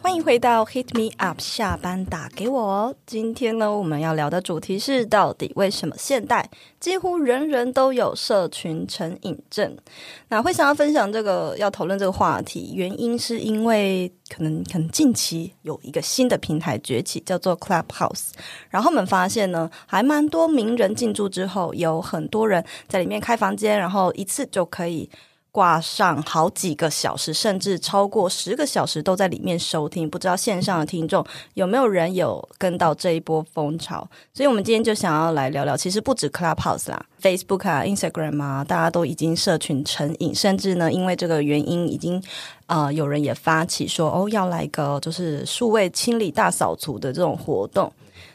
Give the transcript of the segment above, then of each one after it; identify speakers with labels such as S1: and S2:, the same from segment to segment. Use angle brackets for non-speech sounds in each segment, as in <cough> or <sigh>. S1: 欢迎回到 Hit Me Up，下班打给我哦。今天呢，我们要聊的主题是到底为什么现代几乎人人都有社群成瘾症？那会想要分享这个要讨论这个话题，原因是因为可能可能近期有一个新的平台崛起，叫做 Clubhouse。然后我们发现呢，还蛮多名人进驻之后，有很多人在里面开房间，然后一次就可以挂上好几个小时，甚至超过十个小时都在里面收听。不知道线上的听众有没有人有跟到这一波风潮？所以我们今天就想要来聊聊，其实不止 Clubhouse 啦，Facebook 啊、Instagram 啊，大家都已经社群成瘾，甚至呢，因为这个原因，已经呃有人也发起说哦，要来个就是数位清理大扫除的这种活动。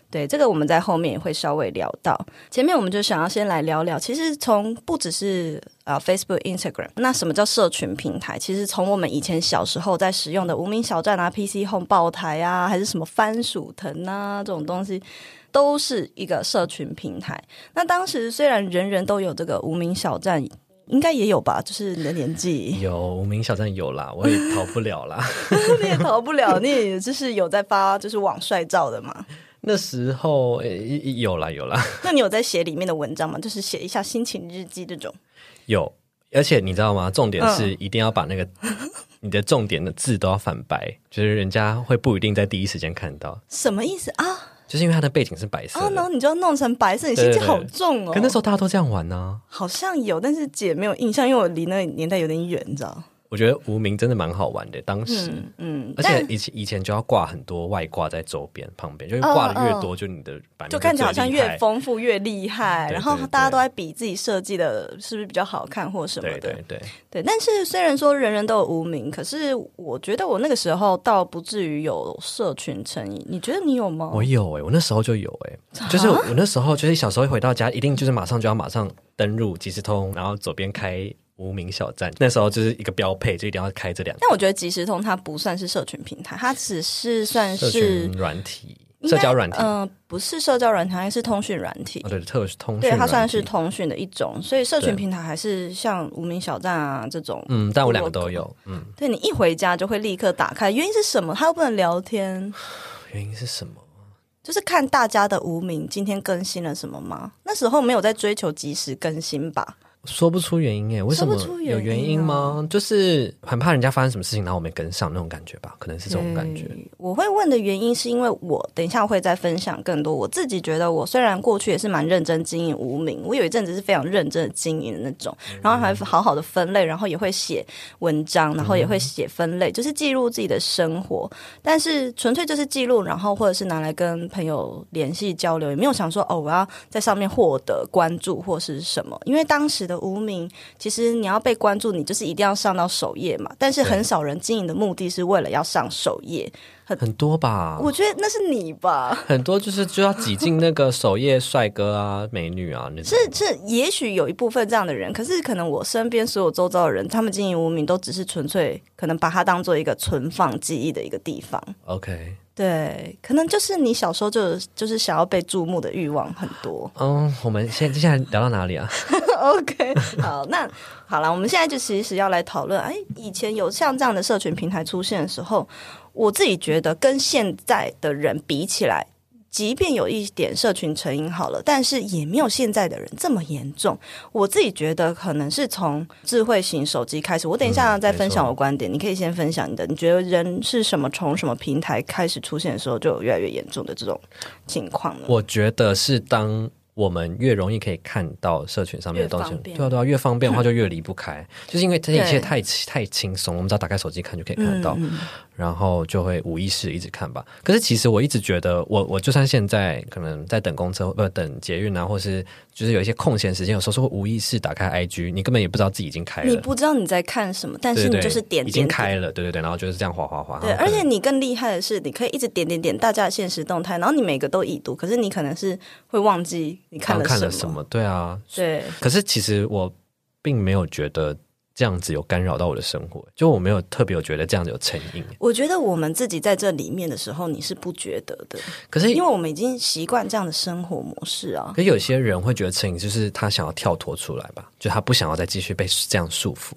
S1: 对，这个我们在后面也会稍微聊到。前面我们就想要先来聊聊，其实从不只是啊 Facebook、Instagram，那什么叫社群平台？其实从我们以前小时候在使用的无名小站啊、PC Home 爆台啊，还是什么番薯藤啊这种东西，都是一个社群平台。那当时虽然人人都有这个无名小站，应该也有吧，就是你的年纪，
S2: 有无名小站有啦， <laughs> 我也逃不了啦。 <laughs>
S1: 你也逃不了，你也就是有在发就是网帅照的嘛。
S2: 那时候、诶有啦有啦 <laughs>
S1: 那你有在写里面的文章吗？就是写一下心情日记这种。
S2: 有，而且你知道吗？重点是
S1: 嗯
S2: 一定要把那个、 <laughs> 你的重点的字都要反白，就是人家会不一定在第一时间看到，
S1: 什么意思啊？
S2: 就是因为它的背景是白色
S1: 啊，
S2: 的。
S1: 然后你就要弄成白色，你心
S2: 对
S1: 情
S2: 对对
S1: 好重哦。
S2: 可那时候大家都这样玩啊呢、
S1: 好像有，但是姐没有印象，因为我离那个年代有点远，你知道？
S2: 我觉得无名真的蛮好玩的，当时。
S1: 嗯嗯，
S2: 而且
S1: 但
S2: 以前以前就要挂很多外挂在周边旁边，就是挂的越多，就你的
S1: 哦
S2: 版面
S1: 就看起来好像
S2: 最厉害
S1: 越丰富越厉害，
S2: 对对
S1: 然后
S2: 对
S1: 大家都在比自己设计的是不是比较好看或什么
S2: 对
S1: 的。
S2: 对对，
S1: 对，但是虽然说人人都有无名，可是我觉得我那个时候倒不至于有社群成瘾。你觉得你有吗？
S2: 我有哎、我那时候就有哎、
S1: 啊
S2: 就是我那时候就是小时候回到家，一定就是马上就要马上登入即时通，然后左边开无名小站，那时候就是一个标配，就一定要开这两个
S1: 但我觉得即时通它不算是社群平台，它只是算
S2: 社
S1: 是
S2: 群软体、
S1: 应该
S2: 社交软体，
S1: 嗯、不是社交软体，它是通讯软体。
S2: 哦对，特通讯
S1: 对，
S2: 软体，
S1: 它算是通讯的一种，所以社群
S2: 对
S1: 平台还是像无名小站啊这种。
S2: 嗯，但我两个都有，嗯，
S1: 对你一回家就会立刻打开，原因是什么？它又不能聊天，
S2: 原因是什么？
S1: 就是看大家的无名今天更新了什么吗？那时候没有在追求及时更新吧？
S2: 说不出原因哎、为什么
S1: 说不出原因啊
S2: 有原因吗？就是很怕人家发生什么事情，然后我没跟上那种感觉吧，可能是这种感觉。
S1: 对我会问的原因是因为我等一下会再分享更多。我自己觉得，我虽然过去也是蛮认真经营无名，我有一阵子是非常认真的经营的那种，
S2: 嗯
S1: 然后还好好的分类，然后也会写文章，然后也会写分类，就是记录自己的生活。但是纯粹就是记录，然后或者是拿来跟朋友联系交流，也没有想说哦，我要在上面获得关注或是什么。因为当时的无名，其实你要被关注，你就是一定要上到首页嘛。但是很
S2: 对
S1: 少人经营的目的是为了要上首页，
S2: 很多吧，
S1: 我觉得那是你吧？
S2: 很多就是就要挤进那个首页帅哥啊、美女啊那种。
S1: <laughs> 是是，也许有一部分这样的人，可是可能我身边所有周遭的人，他们经营无名都只是纯粹可能把它当做一个存放记忆的一个地方。
S2: OK，
S1: 对，可能就是你小时候就有就是想要被注目的欲望很多。
S2: 嗯，我们现在接下来聊到哪里啊？
S1: <laughs> OK，好，那好了，我们现在就其实要来讨论，哎，以前有像这样的社群平台出现的时候，我自己觉得跟现在的人比起来，即便有一点社群成瘾好了，但是也没有现在的人这么严重。我自己觉得可能是从智慧型手机开始，我等一下
S2: 嗯
S1: 再分
S2: 没
S1: 享
S2: 错
S1: 我观点，你可以先分享你的，你觉得人是什么从什么平台开始出现的时候，就有越来越严重的这种情况呢？
S2: 我觉得是当我们越容易可以看到社群上面的东
S1: 越
S2: 西
S1: 方，便
S2: 对啊对啊，越方便的话就越离不开，
S1: <laughs>
S2: 就是因为这一
S1: 对
S2: 切太太轻松，我们只要打开手机看就可以看得到，
S1: 嗯
S2: 然后就会无意识一直看吧。可是其实我一直觉得，我我就算现在可能在等公车，呃，等捷运啊，或是就是有一些空闲时间，有时候是会无意识打开 IG，你根本也不知道自己已经开了，
S1: 你不知道你在看什么，但
S2: 对
S1: 是
S2: 对
S1: 你就
S2: 对，
S1: 是点
S2: 已
S1: 点
S2: 经
S1: 点。
S2: 开了，对对对，然后就是这样滑滑滑，
S1: 对，
S2: 然后
S1: 而
S2: 可能
S1: 且你更厉害的是，你可以一直点点点大家的现实动态，然后你每个都已读，可是你可能是会忘记你看
S2: 刚
S1: 了
S2: 哦看
S1: 什么。
S2: 了什么，对啊，
S1: 对，
S2: 可是其实我并没有觉得这样子有干扰到我的生活，就我没有特别有觉得这样子有成瘾。
S1: 我觉得我们自己在这里面的时候，你是不觉得的，
S2: 可是
S1: 因为我们已经习惯这样的生活模式啊。
S2: 可是有些人会觉得成瘾就是他想要跳脱出来吧，就他不想要再继续被这样束缚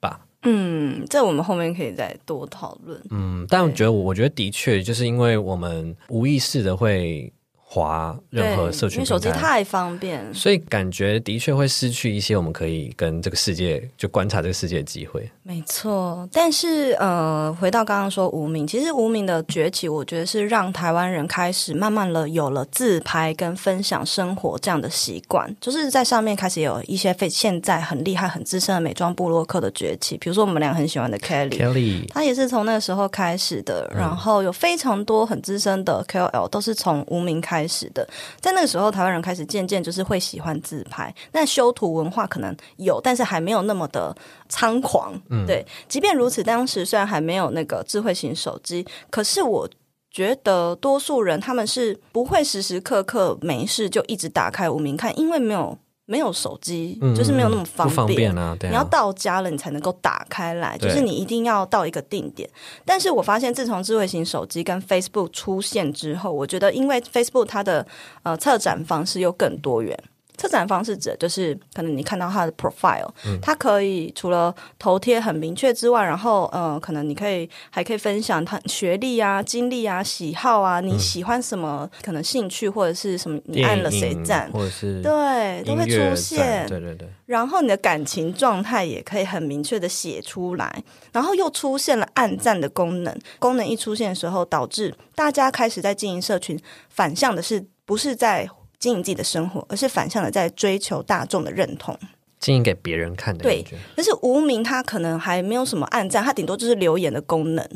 S2: 吧。
S1: 嗯，这我们后面可以再多讨论。
S2: 嗯，但我觉得我我觉得的确就是因为我们无意识的会划任何
S1: 对
S2: 社
S1: 因
S2: 群
S1: 为手机
S2: 平台
S1: 太方便，
S2: 所以感觉的确会失去一些我们可以跟这个世界就观察这个世界的机会。
S1: 没错。但是呃，回到刚刚说无名，其实无名的崛起，我觉得是让台湾人开始慢慢的有了自拍跟分享生活这样的习惯，就是在上面开始有一些非现在很厉害、很资深的美妆部落客的崛起，比如说我们俩很喜欢的 Kelly。
S2: Kelly，
S1: 他也是从那个时候开始的，
S2: 嗯
S1: 然后有非常多很资深的 KOL 都是从无名开始的。在那个时候，台湾人开始渐渐就是会喜欢自拍，那修图文化可能有，但是还没有那么的猖狂。
S2: 嗯
S1: 对，即便如此，当时虽然还没有那个智慧型手机，可是我。觉得多数人他们是不会时时刻刻没事就一直打开无名看，因为没有没有手机，
S2: 嗯
S1: 就是没有那么
S2: 嗯不方便啊，对啊，
S1: 你要到家了，你才能够打开来，就
S2: 对
S1: 是你一定要到一个定点。但是我发现，自从智慧型手机跟 Facebook 出现之后，我觉得因为 Facebook 它的呃策展方式又更多元。策展方式指的就是可能你看到它的 profile，、它
S2: 嗯
S1: 可以除了头贴很明确之外，然后呃，可能你可以还可以分享他学历啊、经历啊、喜好啊，
S2: 嗯
S1: 你喜欢什么、可能兴趣或者是什么，你按了谁
S2: 电影
S1: 赞，
S2: 或者是
S1: 对，啊都
S2: 音
S1: 会
S2: 乐
S1: 出
S2: 赞
S1: 现。
S2: 对对对，
S1: 然后你的感情状态也可以很明确的写出来，然后又出现了暗赞的功能。功能一出现的时候，导致大家开始在经营社群，反向的是不是在经营自己的生活，而是反向的在追求大众的认同。
S2: 经营给别人看的
S1: 对
S2: 感觉。
S1: 但是无名它可能还没有什么暗赞，它顶多就是留言的功能。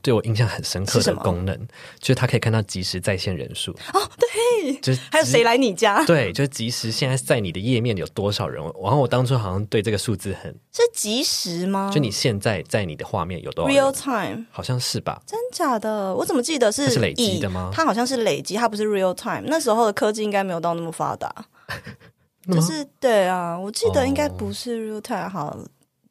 S2: 对我印象很深刻
S1: 是什
S2: 的
S1: 么
S2: 功能，就是它可以看到即时在线人数哦，对，就是
S1: 还有谁来你家？
S2: 对，就是即时现在在你的页面有多少人。然后我当初好像对这个数字很，
S1: 是即时吗？
S2: 就你现在在你的画面有多少
S1: 哦 real
S2: 人，
S1: time。
S2: 好像是吧？
S1: 真假的？我怎么记得是
S2: 它是累积
S1: 以
S2: 的吗
S1: 它好像是累积，它不是 real time。那时候的科技应该没有到那么发
S2: <laughs>
S1: 达，就是对啊，我记得应该不是 real time 好，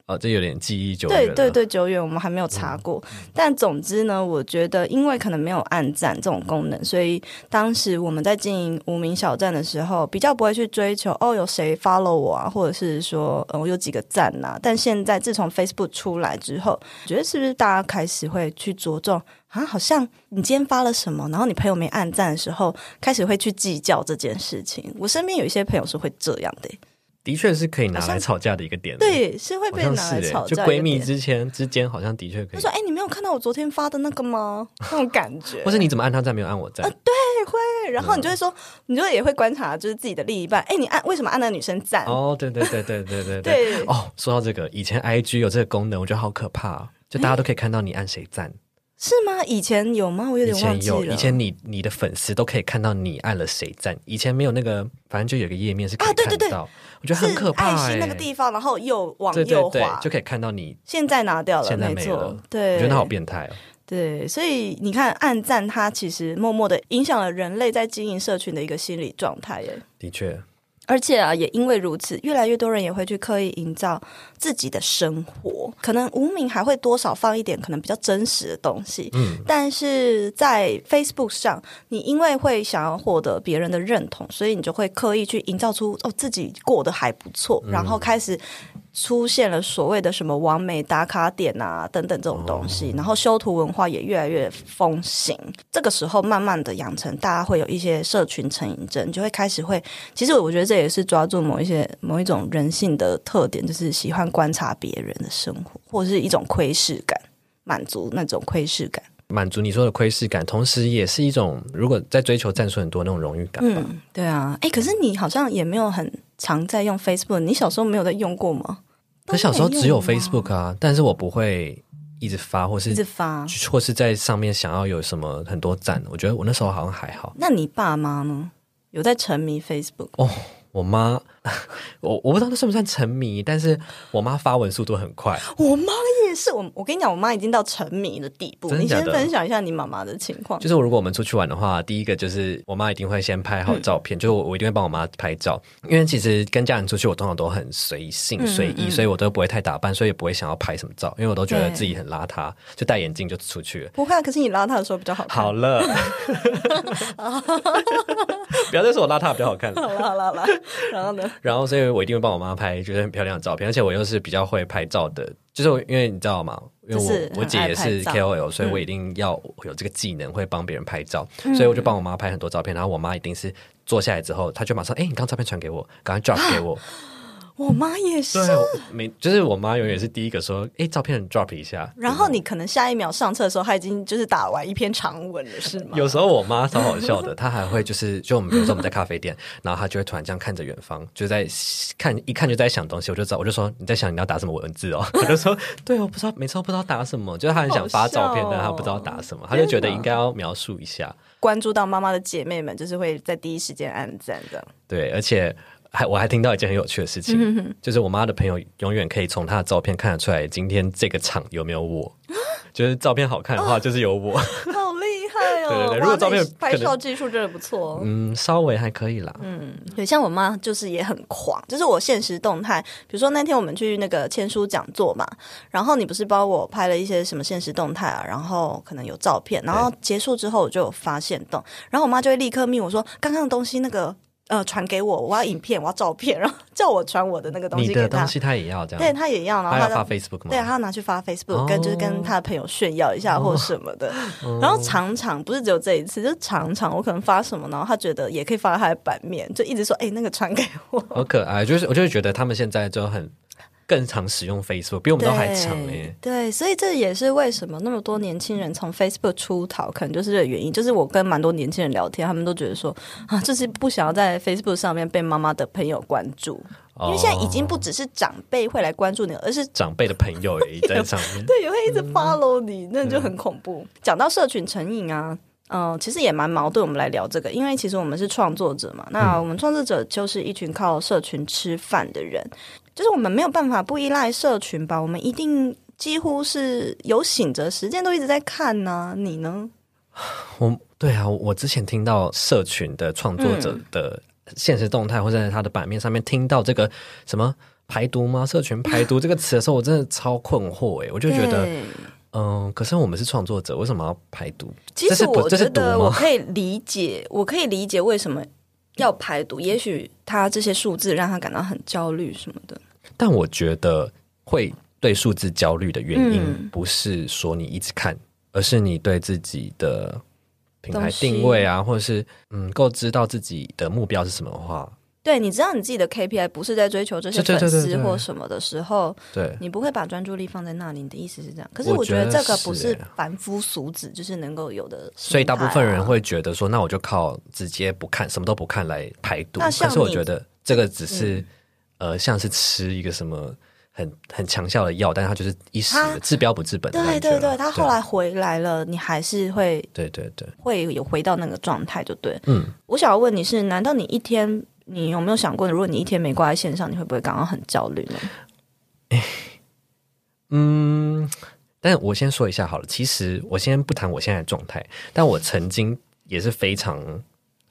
S2: 哦，这有点记忆久远
S1: 对
S2: 了。嗯
S1: 对对，久远我们还没有查过。但总之呢，我觉得因为可能没有暗赞这种功能，所以当时我们在经营无名小站的时候，比较不会去追求哦有谁 follow 我啊，或者是说嗯我有几个赞呐、但现在自从 Facebook 出来之后，我觉得是不是大家开始会去着重啊？好像你今天发了什么，然后你朋友没暗赞的时候，开始会去计较这件事情。我身边有一些朋友是会这样的、
S2: 的确是可以拿
S1: 好
S2: 来
S1: 像
S2: 吵架的一个点。。
S1: 对，是会
S2: 好
S1: 被
S2: 像
S1: 拿
S2: 是
S1: 来
S2: 欸
S1: 吵架
S2: 就
S1: 的
S2: 闺蜜
S1: 点
S2: 之间之间好像的确可
S1: 他
S2: 以
S1: 说：“，哎、你没有看到我昨天发的那个吗？” <laughs> 那种感觉，
S2: 或是你嗯怎么按他赞没有按我赞？
S1: 对，然后你就会说，你就也会观察，就是自己的另一半，哎、你按为什么按那个女生赞？
S2: 哦，对对对对对对对。
S1: 呃 <laughs> 对，
S2: 哦，说到这个，以前 I G 有这个功能，我觉得好可怕、哦，就大家都可以看到你按谁赞。
S1: 是吗？以前有吗？我有
S2: 以
S1: 点忘
S2: 前
S1: 记
S2: 有，
S1: 了。
S2: 哦以前你你的粉丝都可以看到你按了谁赞。以前没有那个，反正就有个页面是可以
S1: 啊
S2: 看
S1: 对对
S2: 到，
S1: 对
S2: 我觉得很可
S1: 是爱
S2: 怕、欸。
S1: 心那个地方，然后右往
S2: 对
S1: 右
S2: 对对
S1: 滑，，
S2: 就可以看到你。
S1: 现在拿掉了，
S2: 现在
S1: 没
S2: 没有
S1: 错
S2: 了，
S1: 对，
S2: 我觉得那好变态哦。
S1: 对，所以你看，暗赞它其实默默的影响了人类在经营社群的一个心理状态耶。
S2: 的确，
S1: 而且啊，也因为如此，越来越多人也会去刻意营造自己的生活。可能无名还会多少放一点可能比较真实的东西，
S2: 嗯，
S1: 但是在 Facebook 上，你因为会想要获得别人的认同，所以你就会刻意去营造出哦自己过得还不错，然后开始出现了所谓的什么完美打卡点啊等等这种东西，然后修图文化也越来越风行。这个时候慢慢的养成大家会有一些社群成瘾症，你就会开始会，其实我觉得这也是抓住某一些某一种人性的特点，就是喜欢观察别人的生活，或者是一种窥视感，满足那种窥视感。
S2: 满足你说的窥视感，同时也是一种如果在追求战术很多那种荣誉感吧。
S1: 嗯，对啊，哎，可是你好像也没有很常在用 Facebook，你小时候没有在用过吗？
S2: 我小时候只有
S1: 都没吗
S2: Facebook 啊，但是我不会一直发，或
S1: 一直
S2: 是
S1: 发。
S2: 或是在上面想要有什么很多赞。我觉得我那时候好像还好。
S1: 那你爸妈呢？有在沉迷 Facebook？
S2: 我妈，我我不知道那算不算沉迷，但是我妈发文速度很快。
S1: 我妈也是，我我跟你讲，我妈已经到沉迷的地步。
S2: 真的
S1: 你先
S2: 假的
S1: 分享一下你妈妈的情况。
S2: 就是如果我们出去玩的话，第一个就是我妈一定会先拍
S1: 嗯
S2: 好照片，就是我我一定会帮我妈拍照，因为其实跟家人出去，我通常都很随性
S1: 嗯
S2: 随
S1: 嗯
S2: 意，所以我都不会太打扮，所以也不会想要拍什么照，因为我都觉得自己很邋遢，就戴眼镜就出去
S1: <laughs>
S2: 了。
S1: 不会啊，可是你拉她的时候比较好看。
S2: 好了，不要再说我邋遢比较好看了。
S1: 好 <laughs> 啦，好啦，好啦。然后呢？
S2: 然后，所以我一定会帮我妈拍，觉得很漂亮的照片，而且我又是比较会拍照的就是因为你知道吗？因为我、
S1: 就是很
S2: 我姐也是
S1: 爱拍照嗯
S2: KOL，所以我一定要有这个技能，会帮别人拍照，所以
S1: 嗯
S2: 我就帮我妈拍很多照片。然后我妈一定是坐下来之后，她就马上哎、你刚照片传给我，赶快 drop
S1: <laughs>
S2: 给我。
S1: 我妈也是
S2: 对。啊，我每就是我妈永远是第一个说，哎、照片 drop 一下。
S1: 然后你可能下一秒上车的时候，她已经就是打完一篇长文了，是吗？
S2: 有时候我妈超好笑的，她 <laughs> 还会就是就我们比如说我们在咖啡店， <laughs> 然后她就会突然这样看着远方，就在看一看就在想东西，我就知道我就说你在想你要打什么文字哦， <laughs> 我就说对，我不知道，每次都不知道打什么，就是她很想发照片，
S1: 好笑哦
S2: 但她不知道打什么，她就觉得应该要描述一下，
S1: 关注到妈妈的姐妹们，就是会在第一时间按赞的。
S2: 对，而且。还我还听到一件很有趣的事情，
S1: 嗯
S2: 就是我妈的朋友永远可以从她的照片看得出来今天这个场有没
S1: <laughs>
S2: 有我，就是照片好看的话
S1: 哦
S2: 就是有我，
S1: <laughs> 好厉害哦！
S2: 对对对
S1: 哇
S2: 如果照片
S1: 那你拍
S2: 可能
S1: 照技术真的不错、哦。
S2: 嗯，稍微还可以啦，
S1: 嗯对，像我妈就是也很狂，就是我现实动态，比如说那天我们去那个签书讲座嘛，然后你不是帮我拍了一些什么现实动态啊，然后可能有照片，然后结束之后我就有发现动，然后我妈就会立刻命我说刚刚的东西那个呃传给我，我要影片，我要照片，然后叫我传我的那个东
S2: 你
S1: 西给
S2: 的
S1: 她
S2: 东，西她也要这样，
S1: 对她也要，然后
S2: 她
S1: 她就
S2: 要发 Facebook 吗？
S1: 对，他要拿去发 Facebook，、
S2: 哦
S1: 跟就是跟他的朋友炫耀一下或什么的。然后常常不是只有这一次，就常常我可能发什么，然后他觉得也可以发他的版面，就一直说：“哎、那个传给我。
S2: 好可爱，就是我就会觉得他们现在就很更常使用 Facebook，比我”们都还长哎、
S1: 对对，所以这也是为什么那么多年轻人从 Facebook 出逃，可能就是这个原因。就是我跟蛮多年轻人聊天，他们都觉得说啊，就是不想要在 Facebook 上面被妈妈的朋友关注，因为现在已经不
S2: 哦
S1: 只是长辈会来关注你，而是
S2: 长辈的朋友
S1: <laughs>
S2: 也在上面。
S1: 对，也会一直
S2: 嗯
S1: follow 你，那就很恐怖。讲到社群成瘾啊。嗯、其实也蛮矛盾。我们来聊这个，因为其实我们是创作者嘛，那
S2: 嗯
S1: 我们创作者就是一群靠社群吃饭的人，就是我们没有办法不依赖社群吧，我们一定几乎是有醒着时间都一直在看呢、你呢？
S2: 我对啊，我之前听到社群的创作者
S1: 嗯
S2: 的现实动态，或者在他的版面上面听到这个什么排毒吗？社群排
S1: <laughs>
S2: 毒这个词的时候，我真的超困惑哎、我就觉得，
S1: 对
S2: 嗯、可是我们是创作者，为什么要排毒？
S1: 其
S2: 这
S1: 实
S2: 是不
S1: 我
S2: 这
S1: 觉
S2: 是毒
S1: 得我
S2: 吗？
S1: 可以理解，我可以理解为什么要排毒。也许他这些数字让他感到很焦虑什么的。
S2: 但我觉得会对数字焦虑的原因
S1: 嗯，
S2: 不是说你一直看，而是你对自己的品牌
S1: 东西
S2: 定位啊，或者是嗯，够知道自己的目标是什么的话，
S1: 对，你知道你自己的 KPI 不是在追求这些
S2: 对对
S1: 粉
S2: 对对
S1: 丝
S2: 对
S1: 或什么的时候，
S2: 对，
S1: 你不会把专注力放在那里。你的意思是这样？可是
S2: 我
S1: 我觉得
S2: 觉得
S1: 这个
S2: 是
S1: 不是
S2: 欸
S1: 凡夫俗子就是能够有的、啊
S2: 所以大部分人，会觉得说，那我就靠直接不看，什么都不看来排毒。
S1: 那
S2: 可
S1: 像
S2: 是我
S1: 你嗯
S2: 觉得这个只是、呃，像是吃一个什么很很强效的药，但是它就是一时
S1: 它
S2: 的治标不治本的
S1: 对
S2: 感觉啊
S1: 对
S2: 了。
S1: 对，他后来回来了，你还是会
S2: 对对对，
S1: 会有回到那个状态，就对。
S2: 嗯，
S1: 我想要问你是，难道你一天？你有没有想过，如果你一天没挂在线上，你会不会感到很焦虑呢？
S2: 嗯，但我先说一下好了。其实我先不谈我现在的状态，但我曾经也是非常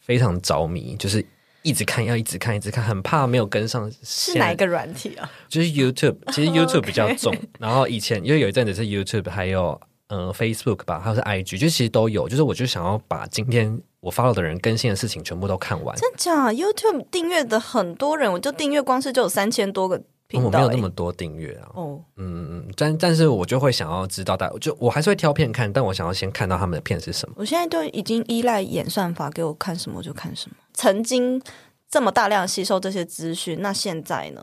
S2: 非常着迷，就是一直看，要一直看，一直看，很怕没有跟上。
S1: <laughs> 是哪一？个软体啊？
S2: 就是 YouTube，其实 YouTube
S1: OK
S2: 比较重。然后以前因为有一阵子是 YouTube，还有嗯、呃 Facebook 吧，还有是 IG，就其实都有。就是我就想要把今天我 follow 的人更新的事情全部都看完。
S1: <laughs> 真假？YouTube 订阅的很多人，我就订阅光是就有三千多个频
S2: 哦我没
S1: 道、
S2: 有
S1: 欸
S2: 那么多订阅啊，
S1: 哦，
S2: 嗯嗯，嗯但但是我就会想要知道大，就我还是会挑片看，但我想要先看到他们的片是什么。
S1: 我现在都已经依赖演算法，给我看什么我就看什么。曾经这么大量吸收这些资讯，那现在呢？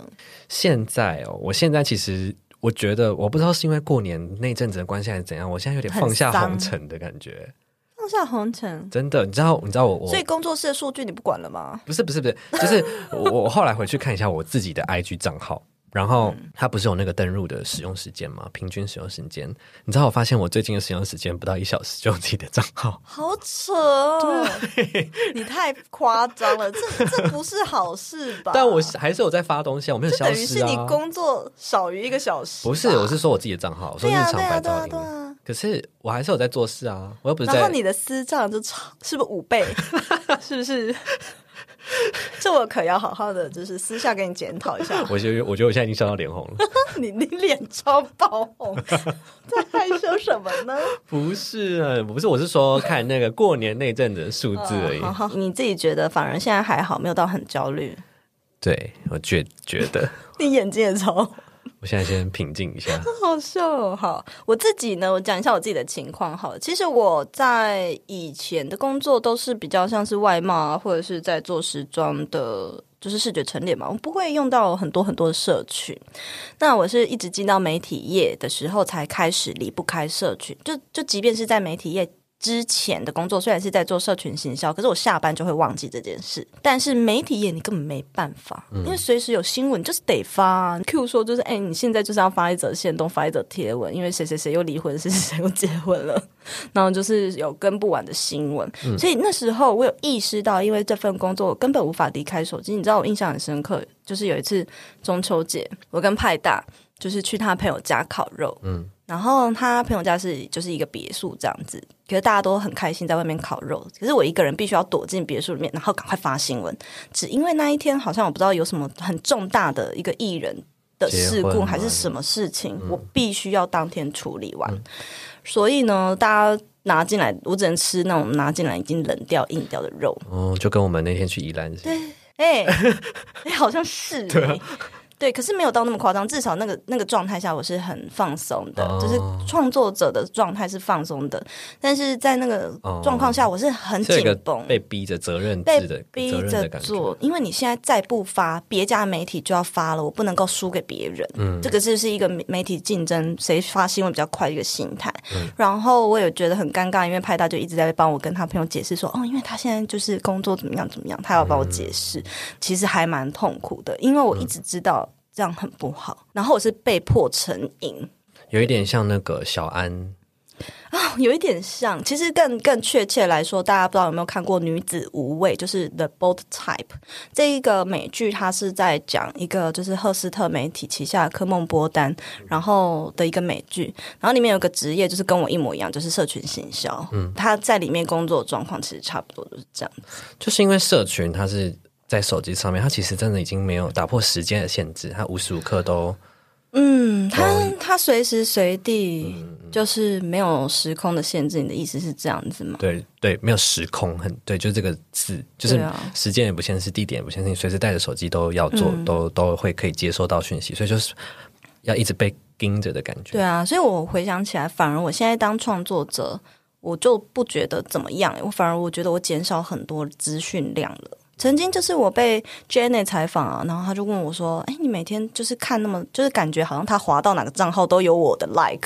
S2: 现在哦，我现在其实我觉得，我不知道是因为过年那阵子的关系还是怎样，我现在有点放下
S1: 很丧
S2: 红尘的感觉。
S1: 放下红尘，
S2: 真的，你知道，你知道我我
S1: 所以工作室的数据你不管了吗？
S2: 不是不是不是，就是我我后来回去看一下我自己的 IG 账号。然后
S1: 嗯
S2: 它不是有那个登录的使用时间吗？平均使用时间，你知道我发现我最近的使用时间不到一小时就用自己的账
S1: <laughs>
S2: 号，？
S1: 好扯哦！你太夸张了，这这不是好事吧
S2: 但我还是有在发东西啊，我没有消
S1: 等于
S2: 失
S1: 是
S2: 啊。
S1: 你工作少于一个小时吧，
S2: 不是，我是说我自己的账号，我说
S1: 对
S2: 日
S1: 啊
S2: 常
S1: 对
S2: 白
S1: 啊对
S2: 噪
S1: 啊
S2: 音。
S1: 对啊。
S2: 可是我还是有在做事啊，我又不是在。
S1: 然后你的私账就超是不是五倍？是不是？ <laughs> 这我可要好好的，就是私下跟你检讨一下。
S2: 我觉得我觉得我现在已经笑到脸红了。
S1: 你 <laughs> 你脸超爆红， <laughs> 在害羞什么呢？
S2: 不是啊，不是，我是说看那个过年那阵子的数字而已。
S1: 哦好好，你自己觉得，反而现在还好，没有到很焦虑。
S2: 对，我觉觉得，
S1: 你眼睛也超，
S2: 我现在先平静一
S1: <laughs>
S2: 下。
S1: 好笑哦！好，我自己呢，我讲一下我自己的情况好了。其实我在以前的工作都是比较像是外贸啊，或者是在做时装的，就是视觉陈列嘛，我不会用到很多很多的社群。那我是一直进到媒体业的时候才开始离不开社群，就就即便是在媒体业。之前的工作虽然是在做社群行销，可是我下班就会忘记这件事。但是媒体业你根本没办法，因为随时有新闻就是得发、啊。譬如说，就是哎、你现在就是要发一则线动，发一则贴文，因为谁谁谁又离婚，谁谁谁又结婚了，然后就是有跟不完的新闻。所以那时候我有意识到，因为这份工作我根本无法离开手机。你知道我印象很深刻，就是有一次中秋节，我跟派大就是去他朋友家烤肉，
S2: 嗯
S1: 然后他朋友家是就是一个别墅这样子，可是大家都很开心在外面烤肉，可是我一个人必须要躲进别墅里面，然后赶快发新闻，只因为那一天好像我不知道有什么很重大的一个艺人的事
S2: 结婚
S1: 故
S2: 吗嗯
S1: 还是什么事情，我必须要当天处理完，所以呢，大家。拿进来，我只能吃那种拿进来已经冷掉、硬掉的肉。
S2: 哦，就跟我们那天去宜兰一样，
S1: 哎、哎、好像是、欸，对,、可是没有到那么夸张，至少那个那个状态下我是很放松的，
S2: 哦
S1: 就是创作者的状态是放松的，但是在那个状况下我是很
S2: 这
S1: 紧
S2: 个
S1: 绷。
S2: 被逼着责任
S1: 被
S2: 制的
S1: 逼
S2: 责任
S1: 着
S2: 的感觉。
S1: 做，因为你现在再不发，别家媒体就要发了，我不能够输给别人。嗯，这个就是一个媒媒体竞争，谁发新闻比较快的一个心态。
S2: 嗯
S1: 然后我也觉得很尴尬，因为派大就一直在帮我跟他朋友解释说，哦，因为他现在就是工作怎么样怎么样，他要帮我
S2: 嗯
S1: 解释，其实还蛮痛苦的，因为我一直知道这样很不好，然后我是被迫成瘾。
S2: 有一点像那个小安，
S1: 哦有一点像，其实更更确切来说，大家不知道有没有看过《女子无畏》，就是《The Bold Type》这一个美剧，它是在讲一个就是赫斯特媒体旗下的科梦波丹，然后的一个美剧，然后里面有个职业就是跟我一模一样，就是社群行销。嗯，他在里面工作的状况其实差不多就是这样。
S2: 就是因为社群它是在手机上面，它其实真的已经没有打破时间的限制，它无时无刻都
S1: 嗯，他他随时随地就是没有时空的限制，你的意思是这样子吗？
S2: 对对，没有时空，很对，就这个字，就是
S1: 对啊嗯
S2: 时间也不限制，地点也不限制，你随时带着手机都要做，都都会可以接收到讯息，所以就是要一直被盯着的感觉。
S1: 对啊，所以我回想起来，反而我现在当创作者，我就不觉得怎么样、欸我反而我觉得我减少很多资讯量了。曾经就是我被 Janet 采访啊，然后他就问我说：“哎，你每天就是看那么，就是感觉好像他滑到哪个账号都有我的 like，、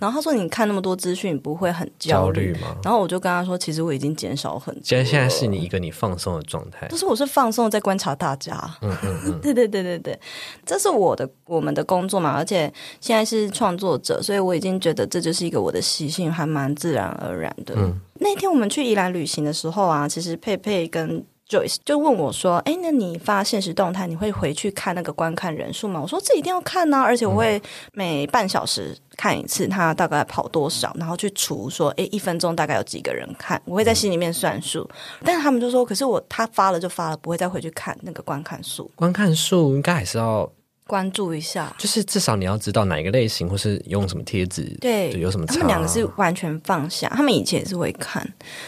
S1: 然后他说你看那么多资讯，你不会很
S2: 嗯焦
S1: 焦虑
S2: 虑？”吗？
S1: 然后我就跟他说：“其实我已经减少很多了，
S2: 现在现在是你一个你放松的状态
S1: 就，是我是放松地在观察大家。嗯嗯 <laughs> 对对对对对，这是我的我们的工作嘛，而且现在是创作者，所以我已经觉得这就是一个我的习性，还蛮自然而然的。那天我们去宜兰旅行的时候啊，其实佩佩跟。Joyce 就问我说：“哎，那你发现实动态，你会回去看那个观看人数吗？”我说：“这一定要看呐、而且我会每半小时看一次，它大概跑多少，然后去除说，哎，一分钟大概有几个人看，我会在心里面算数。但是他们就说，可是我他发了就发了，不会再回去看那个观看数，
S2: 观看数应该还是要，
S1: 关注一下。
S2: 就是至少你要知道哪一个类型，或是用什么贴纸，
S1: 对
S2: 有什么
S1: 他
S2: 差、啊
S1: 们两个是完全放下，他们以前也是会看，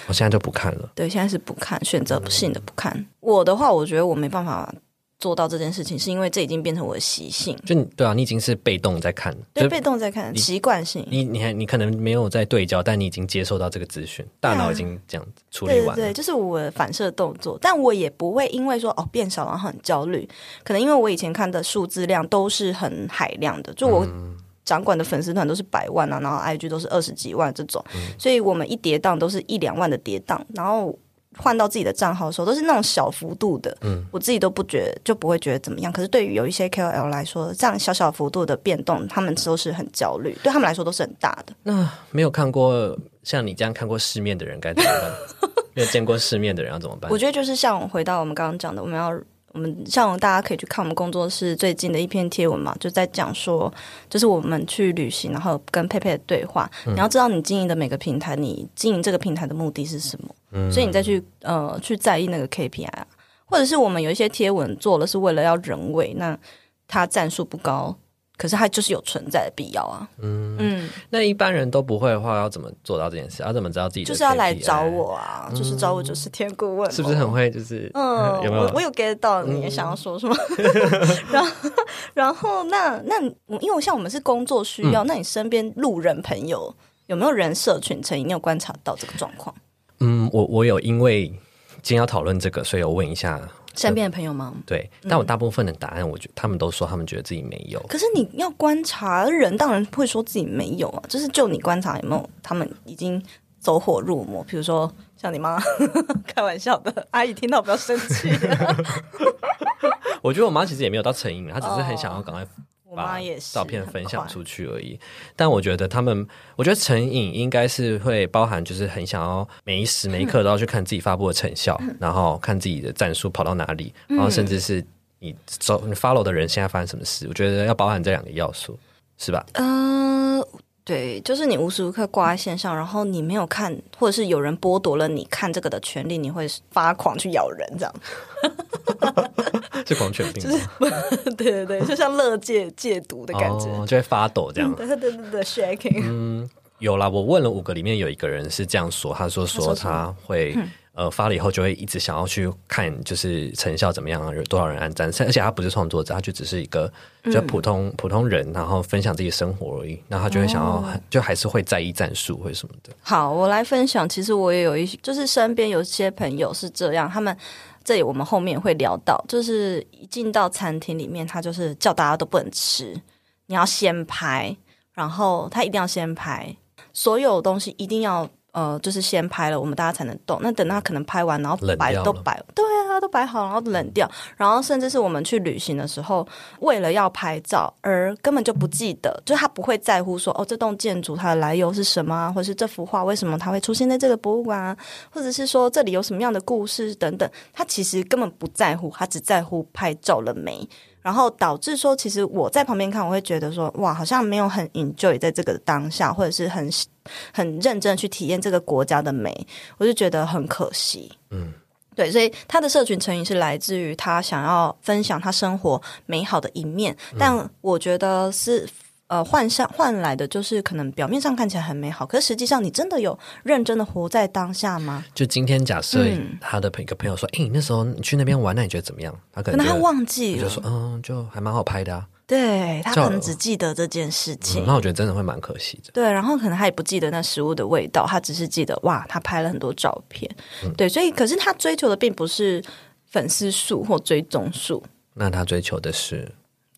S2: 我现在就不看了。
S1: 对，现在是不看，选择性的不
S2: 嗯
S1: 看。我的话，我觉得我没办法做到这件事情，是因为这已经变成我的习性，
S2: 就你对啊，你已经是被动在看，
S1: 对，
S2: 就
S1: 被动在看，习惯性。
S2: 你你还你可能没有在对焦，但你已经接受到这个资讯，大脑已经这样子处理
S1: 对对
S2: 完了
S1: 对，。就是我的反射动作，但我也不会因为说哦变少然后很焦虑，可能因为我以前看的数字量都是很海量的，就我
S2: 嗯
S1: 掌管的粉丝团都是百万啊，然后 IG 都是二十几万这种，
S2: 嗯
S1: 所以我们一跌宕都是一两万的跌宕，然后。换到自己的账号的时候，都是那种小幅度的，
S2: 嗯
S1: 我自己都不觉就不会觉得怎么样。可是对于有一些 KOL 来说，这样小小幅度的变动，他们都是很焦虑，对他们来说都是很大的。
S2: 没有看过像你这样看过世面的人该怎么
S1: <laughs>
S2: 办？没有见过世面的人要怎么办
S1: 我？觉得就是像回到我们刚刚讲的，我们要我们像大家可以去看我们工作室最近的一篇贴文嘛，就在讲说，就是我们去旅行，然后跟佩佩的对话，
S2: 嗯
S1: 你要知道你经营的每个平台，你经营这个平台的目的是什么，
S2: 嗯
S1: 所以你再去呃去在意那个 KPI 啊，或者是我们有一些贴文做了是为了要人为，那它战术不高。可是它就是有存在的必要啊。嗯嗯，
S2: 那一般人都不会的话，要怎么做到这件事？要怎么知道自己的
S1: 就是要来
S2: KPI
S1: 找我啊，就是找我就是天顾问嘛，
S2: 是不是很会？就是
S1: 嗯，
S2: <laughs> 有没嗯
S1: 我我
S2: 有？
S1: 有 get 到你想要说什么。 <laughs> 然后，然后那那我因为像我们是工作需
S2: 嗯
S1: 要，那你身边路人朋友有没有人社群成瘾？你有观察到这个状况？
S2: 嗯，我我有因为今天要讨论这个，所以我问一下。
S1: 身边的朋友吗？
S2: 对，但我大部分的答案，我觉他们都说他们觉得自己没有。
S1: 嗯可是你要观察人，当然不会说自己没有啊。就是就你观察有没有他们已经走火入魔？比如说像你妈， <laughs> 开玩笑的，阿姨听到不要生气。
S2: <laughs> 我觉得我妈其实也没有到成瘾，她只是很想要赶快
S1: 我
S2: 把
S1: 妈也是，
S2: 照片分享
S1: 很快
S2: 出去而已。但我觉得他们，我觉得成瘾应该是会包含，就是很想要每一时每一
S1: <laughs>
S2: 刻都要去看自己发布的成效，然后看自己的战术跑到哪里，然后
S1: 嗯
S2: 甚至是你走你 follow 的人现在发生什么事，我觉得要包含这两个要素，是吧？
S1: 嗯，对，就是你无时无刻挂在线上，然后你没有看，或者是有人剥夺了你看这个的权利，你会发狂去咬人，这样。 <laughs>
S2: 是狂犬病吗
S1: 对对对，就像乐戒戒毒的感觉。
S2: 哦，就会发抖这样。
S1: <laughs> 对对对对，shaking，、
S2: 有啦，我问了五个，里面有一个人是这样说，他说说他会。
S1: 嗯
S2: 呃，发了以后就会一直想要去看，就是成效怎么样啊，有多少人按赞，而且他不是创作者，他就只是一个
S1: 嗯
S2: 就普通、普通人，然后分享自己的生活而已。那他就会想要，
S1: 哦
S2: 就还是会在意战术或者什么的。
S1: 好，我来分享。其实我也有一些，就是身边有些朋友是这样，他们这里我们后面会聊到，就是一进到餐厅里面，他就是叫大家都不能吃，你要先拍，然后他一定要先拍，所有东西一定要呃，就是先拍了，我们大家才能动。那等他可能拍完，然后
S2: 冷
S1: 摆
S2: 掉
S1: 都
S2: 了
S1: 摆，对啊，都摆好，然后冷掉，然后甚至是我们去旅行的时候，为了要拍照而根本就不记得，就是他不会在乎说哦，这栋建筑它的来由是什么啊，或是这幅画为什么它会出现在这个博物馆啊，或者是说这里有什么样的故事等等，他其实根本不在乎，他只在乎拍照了没。然后导致说，其实我在旁边看，我会觉得说，哇，好像没有很 enjoy 在这个当下，或者是很很认真地去体验这个国家的美，我就觉得很可惜。对，所以他的社群成瘾是来自于他想要分享他生活美好的一面，但我觉得是。呃，换上换来的就是可能表面上看起来很美好，可是实际上你真的有认真的活在当下吗？
S2: 就今天假设他的朋一个朋友说：“哎、你那时候你去那边玩，那你觉得怎么样？”他可
S1: 可能
S2: 能就
S1: 他忘记
S2: 就
S1: 了，
S2: 说：“嗯，就还蛮好拍的啊。
S1: 对他可
S2: 叫
S1: 能只记得这件事情
S2: 嗯”，那我觉得真的会蛮可惜的。
S1: 对，然后可能他也不记得那食物的味道，他只是记得哇，他拍了很多照片，
S2: 嗯
S1: 对，所以可是他追求的并不是粉丝数或追踪数，
S2: 那他追求的是